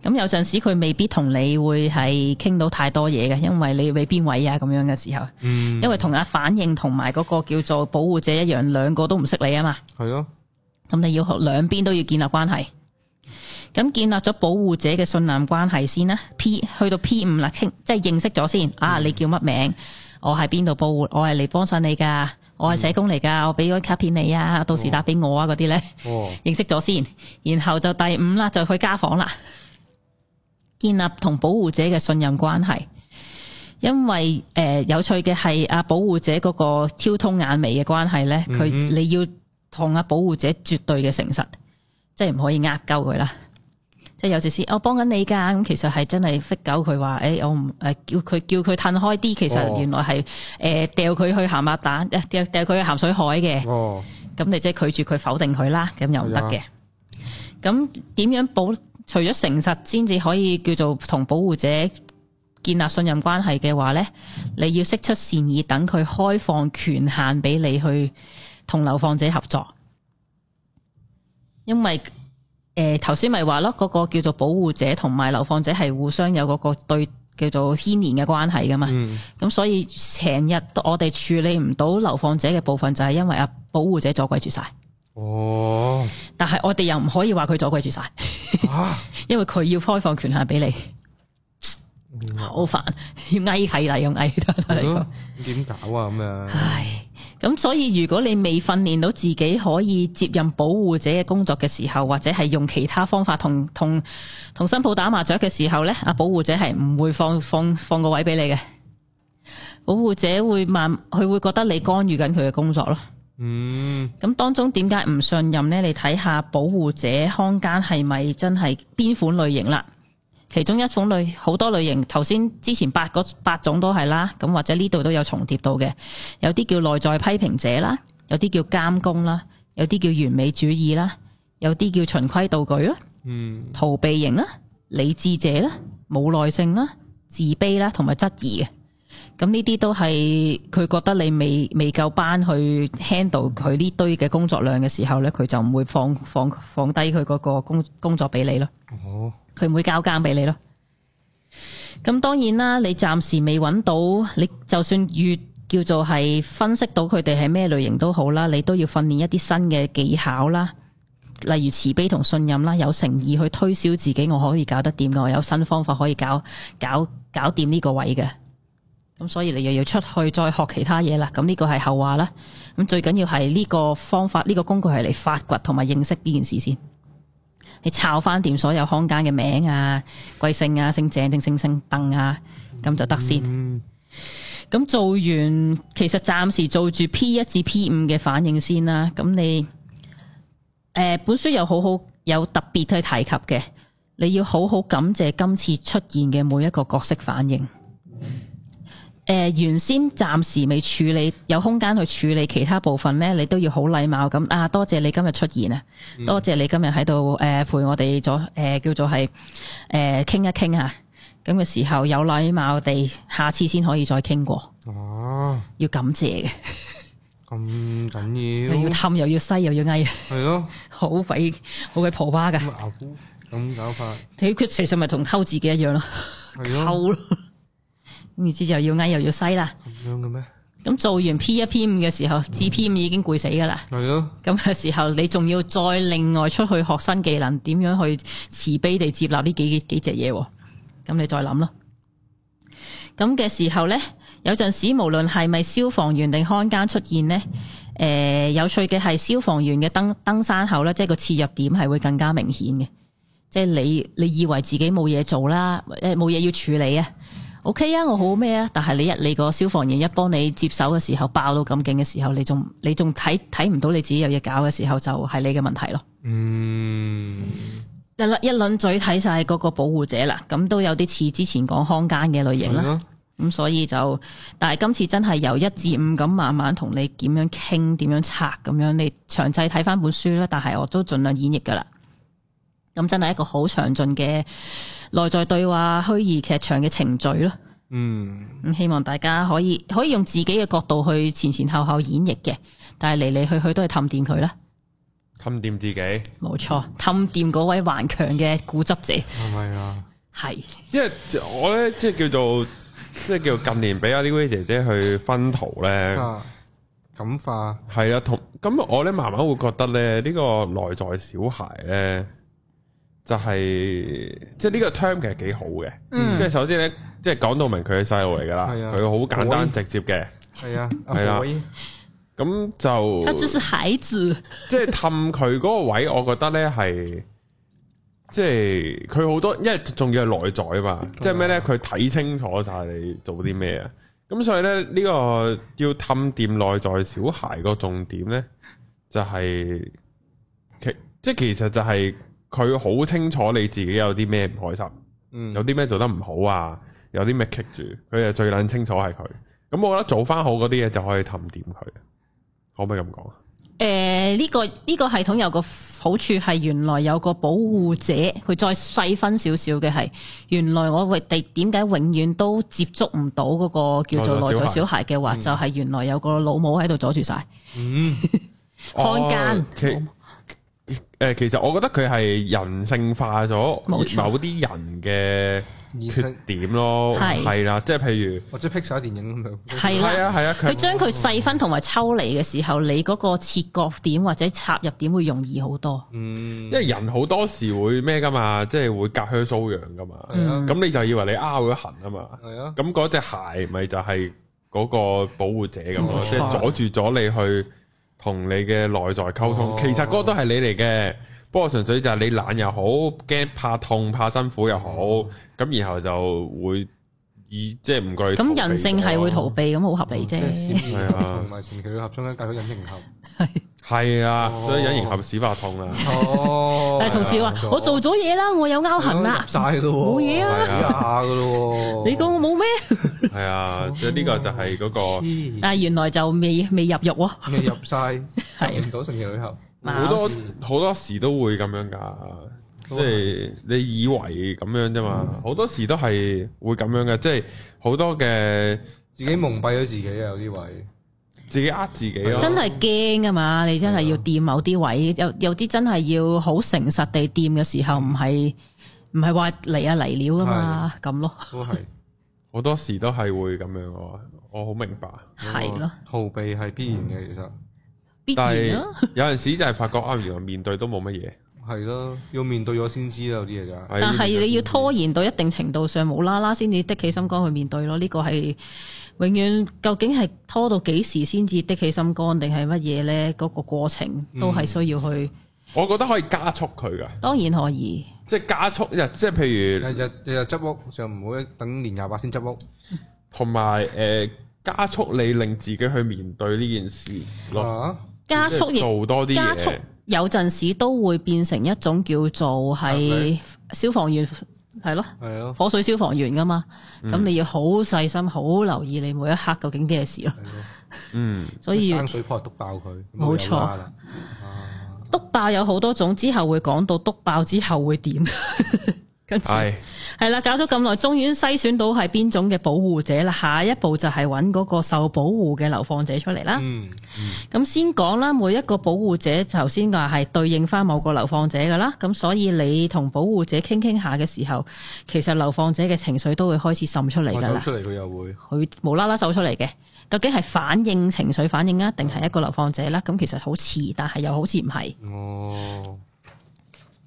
C: 咁有陣時佢未必同你會係傾到太多嘢嘅，因為你未邊位啊咁樣嘅時候，
B: 嗯，
C: 因為同阿反應同埋嗰個叫做保護者一樣，兩個都唔識你啊嘛。
B: 係咯，
C: 咁你要學兩邊都要建立關係。咁建立咗保護者嘅信任關係先啦。P 去到 P 五啦，傾即係認識咗先。啊，你叫乜名？我喺邊度保護？我係嚟幫襯你㗎，我係社工嚟㗎，我俾咗卡片你啊，到時打俾我啊嗰啲呢。
B: 哦，
C: 認識咗先，然後就第五啦，就去家訪啦，建立同保護者嘅信任關係。因為誒、呃有趣嘅係阿保護者嗰個挑通眼眉嘅關係呢，佢、你要同阿保護者絕對嘅誠實，即係唔可以呃鳩佢啦。即係有時先我幫緊你㗎，咁其實係真係逼狗佢話，誒、哎我唔誒、呃叫佢叫佢褪開啲，其
B: 哦
C: 實原來係誒掉佢去鹹鴨蛋，呃掉掉佢去鹹水海嘅。
B: 哦，
C: 咁你即係拒絕佢否定佢啦，咁又唔得
B: 係啊
C: 嘅。咁點樣保？除咗誠實先至可以叫做同保護者建立信任關係嘅話呢，你要釋出善意，等佢開放權限俾你去同流放者合作。因為誒頭先咪話咯，嗰、個叫做保護者同埋流放者係互相有嗰個對叫做牽連嘅關係噶嘛。
B: 嗯，
C: 咁所以成日都我哋處理唔到流放者嘅部分，就係因為啊保護者阻鬼住晒。
B: 哦，
C: 但係我哋又唔可以話佢阻鬼住晒， *laughs*
B: 啊，
C: 因為佢要開放權限俾你，好煩，要翳係啦，要翳
B: 係
C: 得
B: 咯，點搞啊咁樣？
C: 唉，咁所以如果你未訓練到自己可以接任保護者嘅工作嘅時候，或者係用其他方法同同同新抱打麻雀嘅時候呢，啊保護者係唔會放放放個位俾你嘅，保護者會慢，佢會覺得你干預緊佢嘅工作咯。
B: 嗯，
C: 咁當中點解唔信任呢？你睇下保護者康間係咪真係邊款類型啦？其中一種類好多類型，頭先之前八個八種都係啦，咁或者呢度都有重疊到嘅，有啲叫內在批評者啦，有啲叫監工啦，有啲叫完美主義啦，有啲叫循規蹈矩啦，
B: 嗯，
C: 逃避型啦、理智者啦、冇耐性啦、自卑啦，同埋質疑嘅。咁呢啲都係佢覺得你未未夠班去 handle 佢呢堆嘅工作量嘅時候呢，佢就唔會放放放低佢嗰個工工作俾你咯，
B: 哦，
C: 佢唔會交更俾你咯。咁當然啦，你暫時未揾到，你就算越叫做係分析到佢哋係咩類型都好啦，你都要訓練一啲新嘅技巧啦，例如慈悲同信任啦，有誠意去推銷自己，我可以搞得掂嘅，我有新方法可以搞搞搞掂呢個位嘅。咁所以你又要出去再學其他嘢啦，咁呢個係後話啦。咁最緊要係呢個方法，呢、個工具係嚟發掘同埋認識呢件事先。你抄翻掂所有康間嘅名啊、貴姓啊、姓鄭定姓姓鄧啊，咁就得先。
B: 嗯，
C: 咁做完，其實暫時做住 P 一至 P 五嘅反應先啦。咁你诶、呃本書有好好有特別去提及嘅，你要好好感謝今次出現嘅每一個角色反應。诶、呃原先暫時未處理，有空間去處理其他部分呢，你都要好禮貌咁啊！多謝你今日出現啊，多謝你今日喺度诶陪我哋咗诶叫做係诶傾一傾啊。咁嘅時候有禮貌地，下次先可以再傾過，
B: 哦，
C: 要感謝嘅，
B: 咁緊
C: 又
B: 要
C: 要，氹又要西又要翳，
B: 係咯，
C: *laughs* 好鬼好鬼婆巴噶。
B: 咁牙箍咁搞法，
C: 佢佢其實咪同溝自己一樣咯，
B: 係咯，
C: 溝咯。然之後又要翳又要西啦。
B: 咁樣嘅咩？
C: 咁做完 P 一 P 五嘅時候，至 P 五已經攰死噶啦。
B: 係咯，
C: 咁嘅時候，你仲要再另外出去學新技能，點樣去慈悲地接納呢幾幾隻嘢喎？咁你再諗咯。咁嘅時候呢，有陣時無論係咪消防員定看更出現呢，誒、有趣嘅係消防員嘅登登山口呢，即係個切入點係會更加明顯嘅。即係你你以為自己冇嘢做啦，誒冇嘢要處理啊，OK 啊，我好咩啊？但係你一你個消防員一幫你接手嘅時候，爆到咁勁嘅時候，你仲你仲睇睇唔到你自己有嘢搞嘅時候，就係你嘅問題咯。
B: 嗯，
C: 一輪一輪嘴睇晒嗰個保護者啦，咁都有啲似之前講康間嘅類型
B: 係
C: 啦。
B: 咯，
C: 咁所以就，但係今次真係由一至五咁慢慢同你點樣傾、點樣拆咁樣，你詳細睇翻本書啦。但係我都盡量演繹噶啦。咁真係一個好詳盡嘅內在對話、虛擬劇場嘅程序咯。
B: 嗯，
C: 咁希望大家可以可以用自己嘅角度去前前後後演繹嘅，但係嚟嚟去去都係氹掂佢啦。
A: 氹掂自己。
C: 冇錯，氹掂嗰位頑強嘅固執者
B: 係咪啊？
C: 係
A: 因為我咧即係叫做即係叫近年俾阿 New 姐姐去分圖咧，
B: 啊，感化，
A: 係啦，同咁我咧慢慢會覺得咧呢、個內在小孩咧。就係、即係呢個 term 其實幾好嘅，即係首先咧，即係講到明佢係細路嚟㗎啦，
B: 嗯係啊
A: 佢好簡單
B: 可
A: 直接嘅，
B: 係啊，
A: 係啦
B: 阿妹
A: 咁就
C: 他啊就是孩子。
A: 即係氹佢嗰個位，我覺得咧係，即係佢好多，因為仲要係內在啊嘛，即係咩咧？佢睇清楚晒你做啲咩啊！咁所以咧，呢、個要氹掂內在小孩個重點咧，就係其即係其實就係佢好清楚你自己有啲咩唔開心。
B: 嗯，
A: 有啲咩做得唔好啊，有啲咩棘住，佢就最撚清楚係佢。咁我覺得做翻好嗰啲嘢就可以氹掂佢，可唔可以咁講啊？
C: 诶，呢、個呢、個系統有個好處係原來有個保護者，佢再細分少少嘅係，原來我哋點解永遠都接觸唔到嗰個叫做內
A: 內在
C: 在小
A: 小
C: 孩嗯嘅話，就係原來有個老母喺度阻住晒。
B: 嗯，
C: 漢奸
A: 哦其誒，其實我覺得佢係人性化咗某
C: 冇錯
A: 啲人
B: 意
A: 嘅
B: 識
A: 缺點咯，
C: 係
A: 係啦，即係譬
B: 或者 Pixar 電影咁樣，
A: 如
C: 係啦
A: 係啊係啊，
C: 佢
A: 佢
C: 將佢細分同埋抽離嘅時候，你嗰個切割點或者插入點會容易好多。
B: 嗯
A: 因，為人好多時會咩噶嘛，即係會隔靴搔癢噶嘛，
B: 係啊，
A: 咁你就以為你拗咗痕啊嘛。
B: 係啊，
A: 咁嗰隻鞋咪就係嗰個保護者咁咯，
C: 冇錯
A: 即係阻住咗你去同你嘅內在溝通。
B: 哦
A: 其實嗰個都係你嚟嘅，不過純粹就係你懶又好，驚怕痛怕辛苦又好，咁然後就會以即係唔懼。
C: 咁人性係會逃避，咁好合理啫。 *laughs*
B: 即係閃
A: 係啊
B: 同埋前期合中間教咗隱形合，
A: 係啊，
B: 哦
A: 所以隱形合屎白痛啊！
B: 哦
C: *laughs* 但係同事話：我做咗嘢啦，我有拗痕啦
B: 入。晒咯喎，
C: 冇嘢啊
B: 係假噶咯
A: 嗯
B: 喎，
C: 你講我冇咩？
A: 係啊，即係呢個就係嗰個
B: 黐
C: 但係原來就未未入肉喎。
B: 未入
C: *laughs*
B: 晒，入唔到成嘅旅行，
A: 好多好多時都會咁樣
C: 啊
A: 㗎。即係你以為咁樣啫
C: 嗯
A: 嘛，好多時都係會咁樣嘅，即係好多嘅
B: 自己蒙蔽咗自己啊，有啲位，
A: 自己呃自己咯。
C: 真係驚噶嘛！你
A: 啊
C: 真係要掂某啲位，有有啲真係要好誠實地掂嘅時候，唔係唔係話嚟啊嚟料噶嘛，咁咯，
B: 都係
A: 好多時都係會咁樣喎，我好明
C: *laughs*
A: 白。
C: 係咯，，
B: 逃避係必然嘅，其實
C: 必
A: 嗯但
C: 然
A: 係
C: 咯，
A: 有陣時就係發覺啊，原來面對都冇乜嘢。哎
B: 係咯，要面對咗先知啦，啊有啲嘢就係，
C: 但係你要拖
A: 係
C: 延到一定程度上，無啦啦先至的起心肝去面對咯。呢個係永遠究竟係拖到幾時先至的起心肝，定係乜嘢呢？嗰、個過程
A: 嗯
C: 都係需要去，
A: 我覺得可以加速佢噶，
C: 當然可以。
A: 即係加速，即係譬
B: 日
C: 嗯
A: 如
B: dạ, 日日日執屋就唔好等年廿八先執屋，
A: 同埋誒呃加速你令自己去面對呢件事咯，
B: 啊，
C: 加速
A: 即係
C: 亦
A: 做多啲
C: 加速
A: 嘢，
C: 有陣時都會變成一種叫做係消防員係咯。
B: 系咯，
C: 火水消防員噶嘛，
A: 嗯
C: 咁你要好細心、好留意你每一刻究竟咩事咯。
B: 系咯，
A: 嗯，
C: *laughs* 所以
B: 生水泡督爆佢，咁
C: 冇
B: 就有
C: 錯
B: 啦啦，啊，
C: 督爆有好多種，之後會講到督爆之後會點。 *laughs* 跟住
A: 係
C: 係啦，搞咗咁耐，終於篩選到係邊種嘅保護者啦。下一步就係揾嗰個受保護嘅流放者出嚟啦。
B: 嗯，
C: 咁先講啦，每一個保護者頭先話係對應翻某個流放者噶啦，咁所以你同保護者傾傾下嘅時候，其實流放者嘅情緒都會開始滲出嚟
B: 我
C: 噶
B: 走
C: 啦，
B: 出嚟佢又會
C: 佢無啦啦走出嚟嘅，究竟係反應情緒反應啊，定係一個流放者啦？咁其實好似，但係又好似唔係。
B: 哦，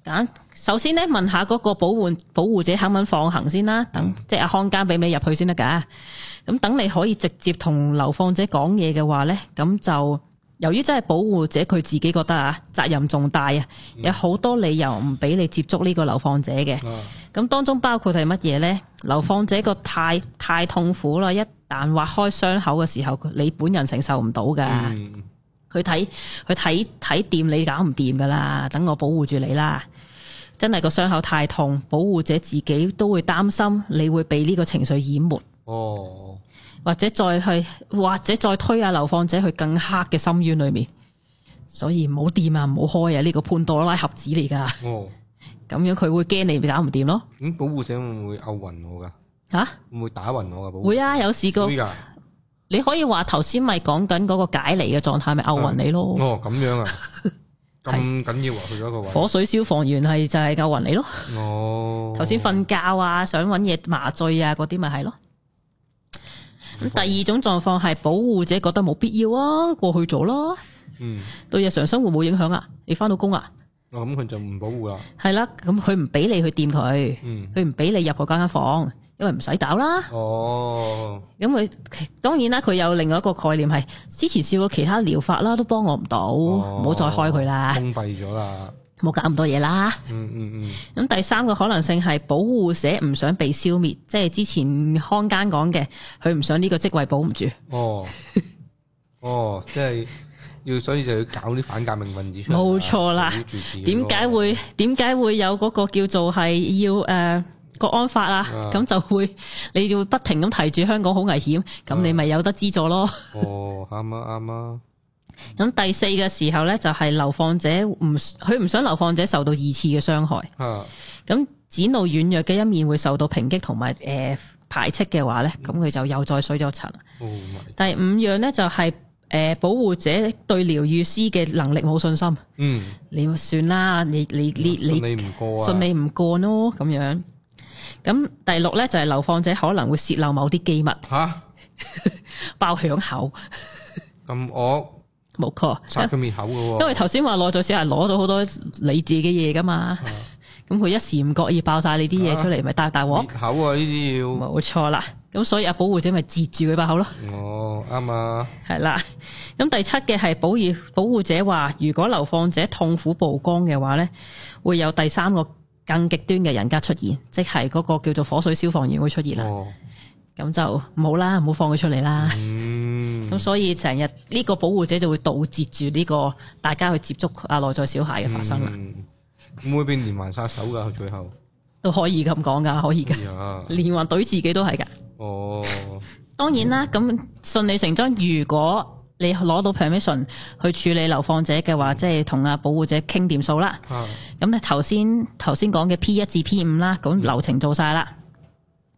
C: 揀啊首先咧問下嗰個保護保護者肯唔肯放行先啦，等即係阿看更俾你入去先得㗎。咁等你可以直接同流放者講嘢嘅話咧，咁就由於真係保護者佢自己覺得啊責任重大啊，有好多理由唔俾你接觸呢個流放者嘅。
B: 啊，
C: 咁當中包括係乜嘢呢？流放者個太太痛苦啦，一旦劃開傷口嘅時候，你本人承受唔到㗎。
B: 嗯，
C: 佢睇佢睇睇掂你搞唔掂噶啦，等我保護住你啦。真係個傷口太痛，保護者自己都會擔心你會被呢個情緒淹沒，
B: 哦，
C: 或者再去，或者再推下流放者去更黑嘅深淵裏面。所以唔好掂啊，唔好開啊，呢、個潘多拉盒子嚟噶，
B: 哦，
C: 咁樣佢會驚你搞唔掂咯。
B: 咁保護者會唔會勾暈我㗎？
C: 吓、
B: 會唔會打暈我㗎？保護
C: 會啊，有試過
B: 會。㗎，
C: 你可以話頭先咪講緊嗰個解離嘅狀態，咪勾暈你咯。
B: 哦，咁樣啊，咁緊要啊，去咗一個位，
C: 火水消防員係就係勾暈你咯。
B: 哦，
C: 頭先瞓覺啊，想揾嘢麻醉啊，嗰啲咪係咯。咁第二種狀況係保護者覺得冇必要啊，過去做咯，
B: 嗯，
C: 對日常生活冇影響啊。你翻到工啊，
B: 哦，咁佢就唔保護啦，
C: 係啦，咁佢唔俾你去掂佢，
B: 嗯，
C: 佢唔俾你入去間間房，因為唔使搞啦。
B: 哦，
C: 咁佢當然啦，佢有另外一個概念係之前試過其他療法啦，都幫我唔到，
B: 哦
C: 唔好再開佢啦，
B: 封閉咗啦，
C: 唔好搞咁多嘢啦。
B: 嗯嗯嗯，
C: 咁第三個可能性係保護者唔想被消滅，即係之前康間講嘅，佢唔想呢個職位保唔住，
B: 哦，哦，即係要，所以就要搞啲反革命分子出嚟，啊
C: 冇錯啦
B: 保住自己
C: 點解會點解會有嗰個叫做係要诶国安法啊？
B: 啊
C: 咁就會 *laughs* 你要不停咁提住香港好危險，咁你咪有得資助咯。 *laughs*
B: 哦，啱啊啱啊，
C: 咁第四嘅時候呢，就係流放者唔佢唔想流放者受到二次嘅傷害，
B: 吓，
C: 咁展露軟弱嘅一面會受到抨擊同埋诶排斥嘅話呢，咁佢就又再水咗層。
B: 哦咪，
C: 第五樣咧就係呃保護者對療愈師嘅能力冇信心，
B: 嗯，
C: 你算啦，你你你
B: 信
C: 你
B: 你唔過啊，
C: 信你唔過咯咁樣。咁第六咧就係流放者可能會泄漏某啲機密，
B: 吓，
C: 爆響口，
B: 咁我
C: 冇錯。
B: 殺佢滅口嘅喎，
C: 因為頭先話內在小孩攞到好多你自己嘢噶嘛，咁佢一時唔覺意爆晒你啲嘢出嚟，咪大大鑊
B: 滅。口啊呢啲
C: 冇錯啦，咁所以阿保護者咪截住佢把口咯。
B: 要，哦啱啊，
C: 系啦，咁第七嘅係保護保護者話，如果流放者痛苦曝光嘅話呢會有第三個更極端嘅人格出現，即係嗰個叫做火水消防員會出現啦。
B: 哦，
C: 咁、就唔好啦，唔好放佢出嚟啦。
B: 嗯
C: 咁、，所以成日呢個保護者就會導致住呢個大家去接觸啊內在小孩嘅發生啦，
B: 嗯，會唔會變連環殺手㗎？佢最後，
C: 都可以咁講噶，可以噶，
B: 呀，
C: 連環懟自己都係噶。
B: 哦，
C: 當然
B: 嗯
C: 啦，咁順理成章，如果你攞到 permission 去處理流放者嘅話，即係同阿保護者傾掂數啦。
B: 嚇，
C: 咁你頭先頭先講嘅 P 一至 P 五啦，咁流程做晒啦，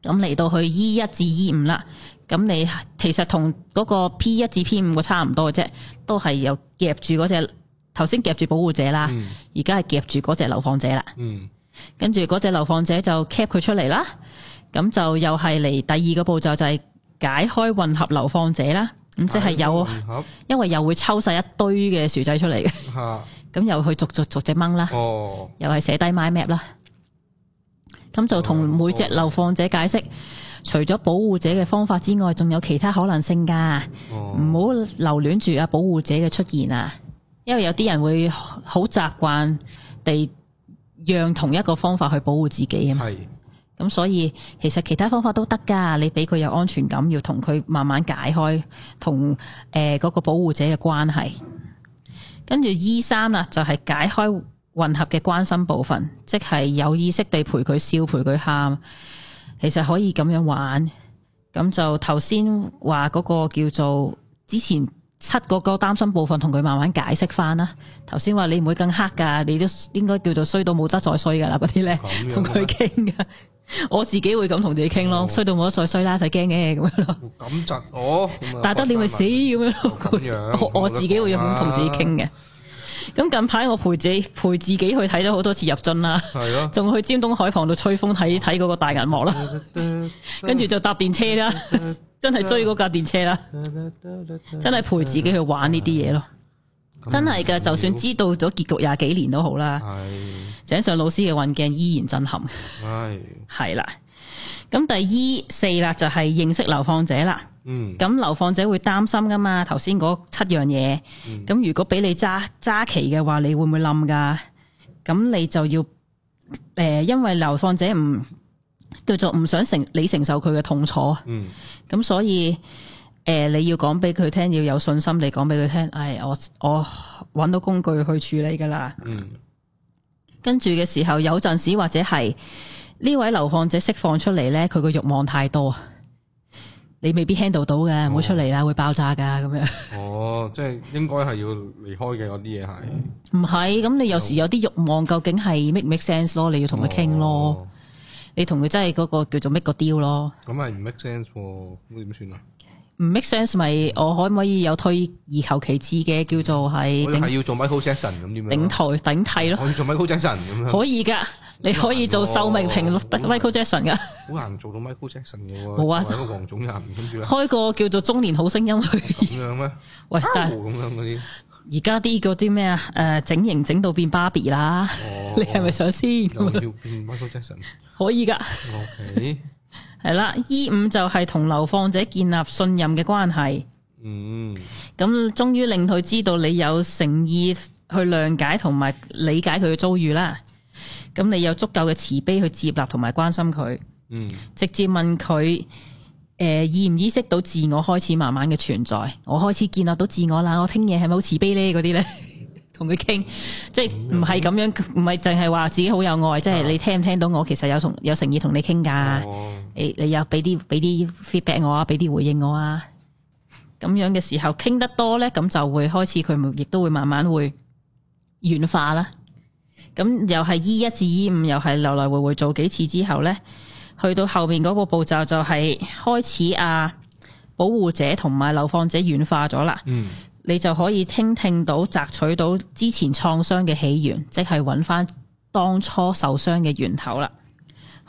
C: 咁嚟到去 E 一至 E 五啦，咁你其實同嗰個 P 一至 P 五個差唔多嘅啫，都係有夾住嗰只頭先夾住保護者啦，而家係夾住嗰只流放者啦，
B: 嗯，
C: 跟住嗰只流放者就 cap 佢出嚟啦，咁就又係嚟第二個步驟就係解開混合流放者啦，咁即係有啊
B: 混合
C: 因為又會抽晒一堆嘅薯仔出嚟嘅，
B: 嚇，
C: 咁又去逐逐逐隻掹啦。
B: 哦，
C: 又係寫低 my map 啦。咁
B: 啊
C: 就同每隻流放者解釋，除咗保護者嘅方法之外，仲有其他可能性㗎。
B: 哦，
C: 唔好留戀住啊保護者嘅出現啊，因為有啲人會好習慣地讓同一個方法去保護自己啊嘛。
B: 係，
C: 咁咁所以其實其他方法都得㗎，你俾佢有安全感，要同佢慢慢解開同誒嗰個保護者嘅關係。跟住 E 三啦，就係解開混合嘅關心部分，即係有意識地陪佢笑，陪佢喊。其實可以咁樣玩。咁就頭先話嗰個叫做之前七個個擔心部分，同佢慢慢解釋翻啦。頭先話你唔會更黑㗎，你都應該叫做衰到冇得再衰㗎啦，嗰啲咧
B: 咁樣啊
C: 同佢傾㗎。我自己會咁同自己傾咯，
B: 哦
C: 衰到冇得再衰啦，就驚嘅咁樣咯。
B: 咁窒我，咁啊
C: 但得你咪死咁樣咯。
B: 咁樣
C: 我我自己會咁同自己傾嘅。咁近排我陪自己陪自己去睇咗好多次入樽啦， *laughs*
B: 係咯，
C: 仲去尖東海旁度吹風睇睇嗰個大銀幕啦，跟住就搭電車啦， *laughs* 真係追嗰架電車啦，真係陪自己去玩呢啲嘢咯。真係啊嘅，就算知道咗結局廿幾年都好啦，
B: 係
C: 井上老師嘅運鏡依然震撼。
B: 係
C: 係啦，咁第 E 四啦就係認識流放者啦。
B: 嗯
C: 咁流放者會擔心噶嘛？頭先嗰七樣嘢，咁、如果俾你揸揸旗嘅話，你會唔會冧噶？咁你就要诶、呃因為流放者唔叫做唔想承你承受佢嘅痛楚，
B: 嗯
C: 咁所以诶、呃你要講俾佢聽，要有信心，你講俾佢聽，唉，我我揾到工具去處理噶啦。
B: 嗯
C: 跟住嘅時候，有陣時或者係呢位流放者釋放出嚟呢，佢個欲望太多，啊你未必 handle 到嘅，唔好出嚟啦，會爆炸噶咁樣。 *laughs*
B: 哦，即係應該係要離開嘅嗰啲嘢係，
C: 唔係，咁你有時有啲欲望究竟係 make 唔 make sense 咯？你要同佢傾咯，
B: 哦哦，
C: 你同佢真係嗰個叫做 make 個 deal 咯。
B: 咁係唔 make sense 喎，咁點算啊？
C: 唔 make sense 咪我可唔可以有退而求其次嘅叫做係
B: 我係
C: 頂
B: 要做 Michael Jackson 咁點樣？啊哦
C: 頂台頂替咯？
B: 我要做 Michael Jackson 咁樣，
C: 可以㗎，你可以
B: 哦
C: 做壽命評
B: 好難喎
C: Michael Jackson 㗎，
B: 好難做到 Michael Jackson 嘅喎。
C: 冇啊
B: 作為一個黃種人跟住咧
C: *laughs* 開個叫做中年好聲音去。
B: 咁樣咩？哦
C: 喂， *laughs* 但係
B: 咁樣嗰啲，
C: 而家啲嗰啲咩啊？誒、整形整到變芭比啦，
B: 哦
C: 你係咪想先？
B: 又要變 Michael Jackson？OK，
C: *laughs* 可以㗎，係啦。E 五就係同流放者建立信任嘅關係，
B: 嗯，
C: 咁終於令佢知道你有誠意去諒解同埋理解佢嘅遭遇啦。咁你有足夠嘅慈悲去接納同埋關心佢，
B: 嗯，
C: 直接問佢。誒、意唔意識到自我開始慢慢嘅存在，我開始建立到自我啦，我聽嘢係咪好慈悲呢？嗰啲呢， *laughs* 同佢傾，即係唔係咁樣，唔係淨係話自己好有愛，即係你聽唔聽到我其實有同有誠意同你傾㗎，
B: 啊哦，
C: 你你有俾啲俾啲 feedback 我啊，俾啲回應我啊，咁樣嘅時候傾得多呢，咁就會開始佢亦都會慢慢會軟化啦。咁又係 E 一至 E 五，又係來來回回做幾次之後呢，去到後面嗰個步驟就係開始啊，保護者同埋流放者軟化咗啦，
B: 嗯，
C: 你就可以聽聽到、摘取到之前創傷嘅起源，即係揾翻當初受傷嘅源頭啦。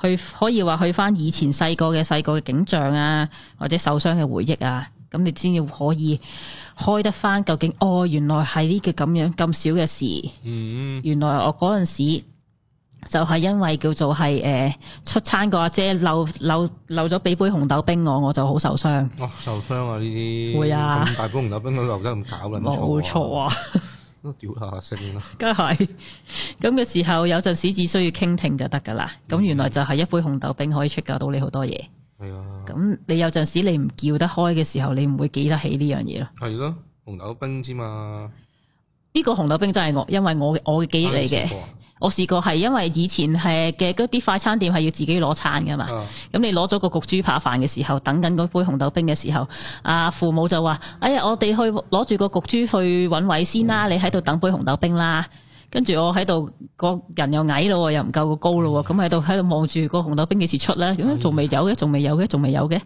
C: 去可以話去翻以前細個嘅細個嘅景象啊，或者受傷嘅回憶啊，咁你先至可以開得翻究竟哦，原來係呢個咁樣咁少嘅事。
B: 嗯，
C: 原來我嗰陣時就係因為叫做係誒、呃出餐個阿姐漏漏漏咗俾杯紅豆冰我，我就好受傷。
B: 哦，受傷啊呢啲，
C: 會啊
B: 咁大波紅豆冰佢留得咁搞啦，
C: 冇錯
B: 啊，
C: 啊，
B: 都屌下聲啦，
C: 梗係 *laughs* 咁嘅時候，有陣時只需要傾聽就得㗎啦。咁原來就係一杯紅豆冰可以出教到你好多嘢。
B: 係啊，
C: 咁你有陣時你唔叫得開嘅時候，你唔會記得起呢樣嘢咯。
B: 係咯，紅豆冰之嘛，
C: 呢、個紅豆冰真係我，因為我嘅我嘅記憶嚟
B: 啊你試
C: 嘅。
B: 過啊
C: 我試過係因為以前係嘅嗰啲快餐店係要自己攞餐㗎嘛。
B: 啊，
C: 咁你攞咗個焗豬扒飯嘅時候，等緊嗰杯紅豆冰嘅時候，啊父母就話：哎呀，我哋去攞住個焗豬去揾位先啦，你喺度等杯紅豆冰啦。跟住我喺度，個人又矮咯喎，又唔夠個高咯喎，咁喺度喺度望住個紅豆冰幾時出咧？咁仲未有嘅，仲未有嘅，仲未有嘅，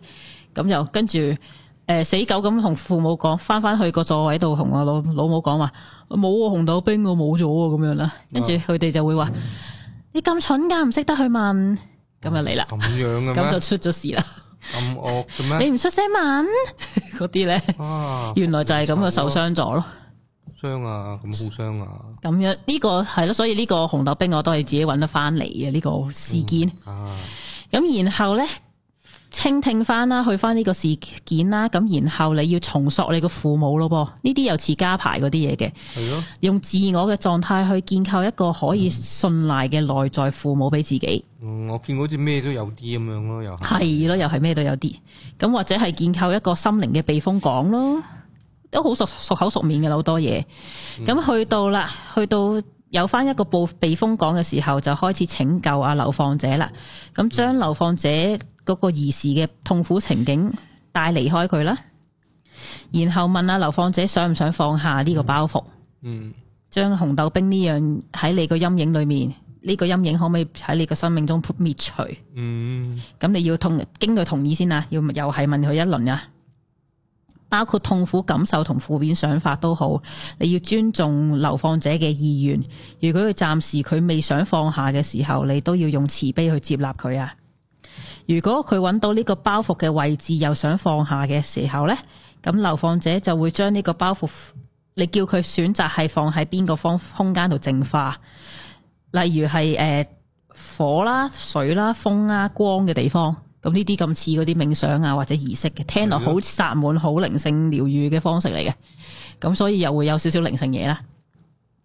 C: 咁就跟住誒死狗咁同父母講，翻翻去個座位度同我老老母講話，冇啊紅豆冰我冇咗啊咁樣啦，跟住佢哋就會話：你咁蠢㗎，唔識得去問，咁就嚟啦。
B: 咁樣嘅
C: 咁啊就
B: 咩？
C: 出咗事啦！
B: 咁惡嘅咩？
C: 你唔出聲問 *laughs* 嗰啲咧，
B: 啊，
C: 原來就哦係咁嘅受傷咗咯。
B: 傷啊，咁好傷啊，
C: 咁樣呢個係咯，所以呢個紅豆嗯冰我都係自己揾得翻嚟嘅呢個事件。
B: 啊，
C: 咁然後咧，傾聽翻啦，去翻呢個事件啦，咁然後你要重塑你個父母咯噃，呢啲又似加牌嗰啲嘢嘅，
B: 係咯，
C: 用自我嘅狀態去建構一個可以信賴嘅內在父母俾自己，
B: 嗯我見好似咩都有啲咁樣咯，又係
C: 係咯，又係咩都有啲，咁或者係建構一個心靈嘅避風港咯，都好熟熟口熟面嘅啦好多嘢，咁去到啦，去到。有翻一個避避風港嘅時候，就開始拯救啊流放者啦。咁將流放者嗰個兒時嘅痛苦情景帶離開佢啦，然後問下流放者想唔想放下呢個包袱。
B: 嗯
C: 將紅豆冰呢樣喺你個陰影裏面，呢、個陰影可唔可以喺你個生命中滅除？
B: 嗯
C: 咁你要同經佢同意先啊，要又係問佢一輪啊。包括痛苦感受同負面想法都好，你要尊重流放者嘅意願。如果佢暫時佢未想放下嘅時候，你都要用慈悲去接納佢啊。如果佢揾到呢個包袱嘅位置又想放下嘅時候呢，咁流放者就會將呢個包袱，你叫佢選擇係放喺邊個方空間度淨化，例如係诶。呃火啦、水啦、風啦、光嘅地方。咁呢啲咁似嗰啲冥想啊或者儀式嘅，聽落好薩滿、好靈性療愈嘅方式嚟嘅。咁所以又會有少少靈性嘢啦。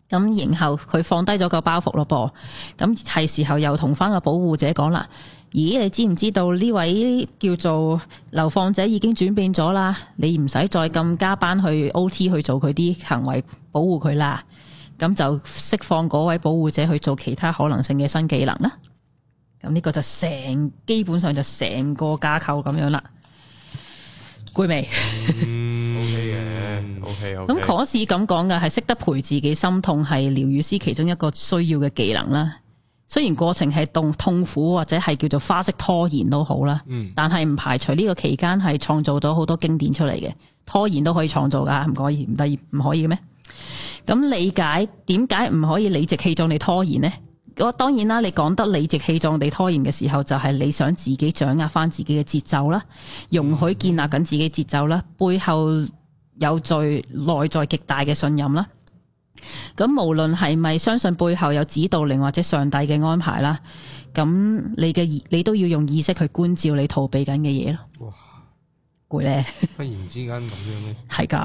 C: 咁然後佢放低咗個包袱咯噃，咁係時候又同翻個保護者講啦。咦，你知唔知道呢位叫做流放者已經轉變咗啦？你唔使再咁加班去 O.T. 去做佢啲行為保護佢啦。咁就釋放嗰位保護者去做其他可能性嘅新技能啦。咁呢個就成基本上就成個架構咁樣啦。攰未？
B: 嗯
A: 嘅，OK
C: 咁
A: OK。
C: 可是咁講嘅係識得陪自己心痛，係療愈師其中一個需要嘅技能啦。雖然過程係痛痛苦或者係叫做花式拖延都好啦，
B: 嗯
C: 但係唔排除呢個期間係創造咗好多經典出嚟嘅。拖延都可以創造噶，唔可以唔得唔可以嘅咩？咁理解點解唔可以理直氣壯地拖延呢？我當然啦，你講得理直氣壯地拖延嘅時候，就係你想自己掌握翻自己嘅節奏啦，容許建立緊自己節奏啦，背後有最內在極大嘅信任啦。咁無論係咪相信背後有指導令或者上帝嘅安排啦，咁你嘅意你都要用意識去觀照你逃避緊嘅嘢咯。
B: 哇
C: 攰咧！
B: 忽然之間咁樣嘅，
C: 系噶， *laughs*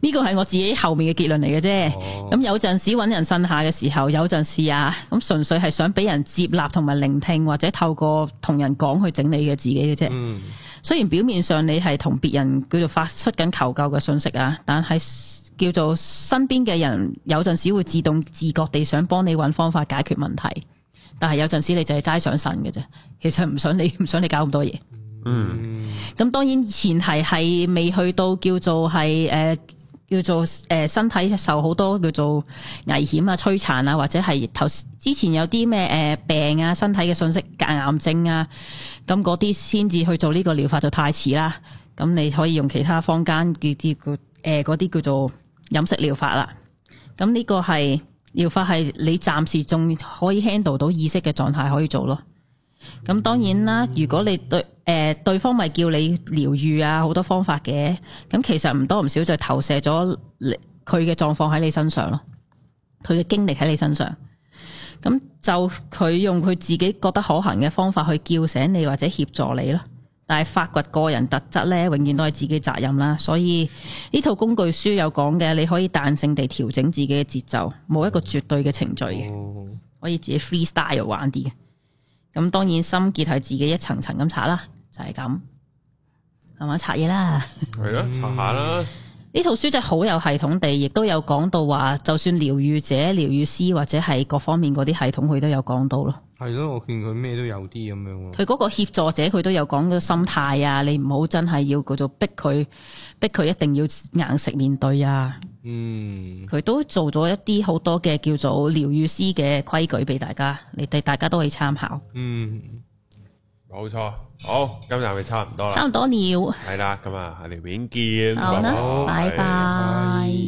C: 呢個係我自己後面嘅結論嚟嘅啫。
B: 哦
C: 咁、有陣時揾人呻下嘅時候，有陣時啊，咁純粹係想俾人接納同埋聆聽，或者透過同人講去整理嘅自己嘅啫。
B: 嗯
C: 雖然表面上你係同別人叫做發出緊求救嘅信息啊，但係叫做身邊嘅人有陣時會自動自覺地想幫你揾方法解決問題，但係有陣時你就係齋想呻嘅啫，其實唔想你唔想你搞咁多嘢。
A: 嗯，
B: 嗯
C: 咁當然前提係未去到叫做係誒、呃叫做誒、呃身體受好多叫做危險啊、摧殘啊，或者係頭之前有啲咩誒病啊、身體嘅信息、癌症啊，咁嗰啲先至去做呢個療法就太遲啦。咁你可以用其他坊間嘅啲叫誒嗰啲叫做飲食療法啦。咁呢個係療法係你暫時仲可以 handle 到意識嘅狀態可以做咯。咁當然啦，如果你對誒、呃、對方咪叫你療愈啊，好多方法嘅，咁其實唔多唔少就投射咗你佢嘅狀況喺你身上咯，佢嘅經歷喺你身上。咁就佢用佢自己覺得可行嘅方法去叫醒你或者協助你咯。但係發掘個人特質呢，永遠都係自己責任啦。所以呢套工具書有講嘅，你可以彈性地調整自己嘅節奏，冇一個絕對嘅程序嘅。
B: 哦
C: 可以自己 freestyle 玩啲嘅。咁當然心結係自己一層層咁拆啦，就係、咁，係嘛拆嘢啦。 *laughs*
A: 係咯，查下啦。
C: 呢套書真係好有系統地，亦都有講到話，就算療愈者、療愈師或者係各方面嗰啲系統，佢都有講到咯。
B: 係咯，我見佢咩都有啲咁
C: *laughs*
B: 樣喎，
C: 佢嗰個協助者，佢都有講到心態啊，你唔好真係要叫做逼佢，逼佢一定要硬食面對啊。
B: 嗯
C: 佢都做咗一啲好多嘅叫做療愈師嘅規矩俾大家，你哋大家都可以參考。
B: 嗯
A: 冇錯，好，今日咪差唔多
C: 差
A: 啦，
C: 唔多了。
A: 係啦，咁啊，下條片見，
C: 好啦，
A: 拜
C: 拜
A: 拜
C: 拜。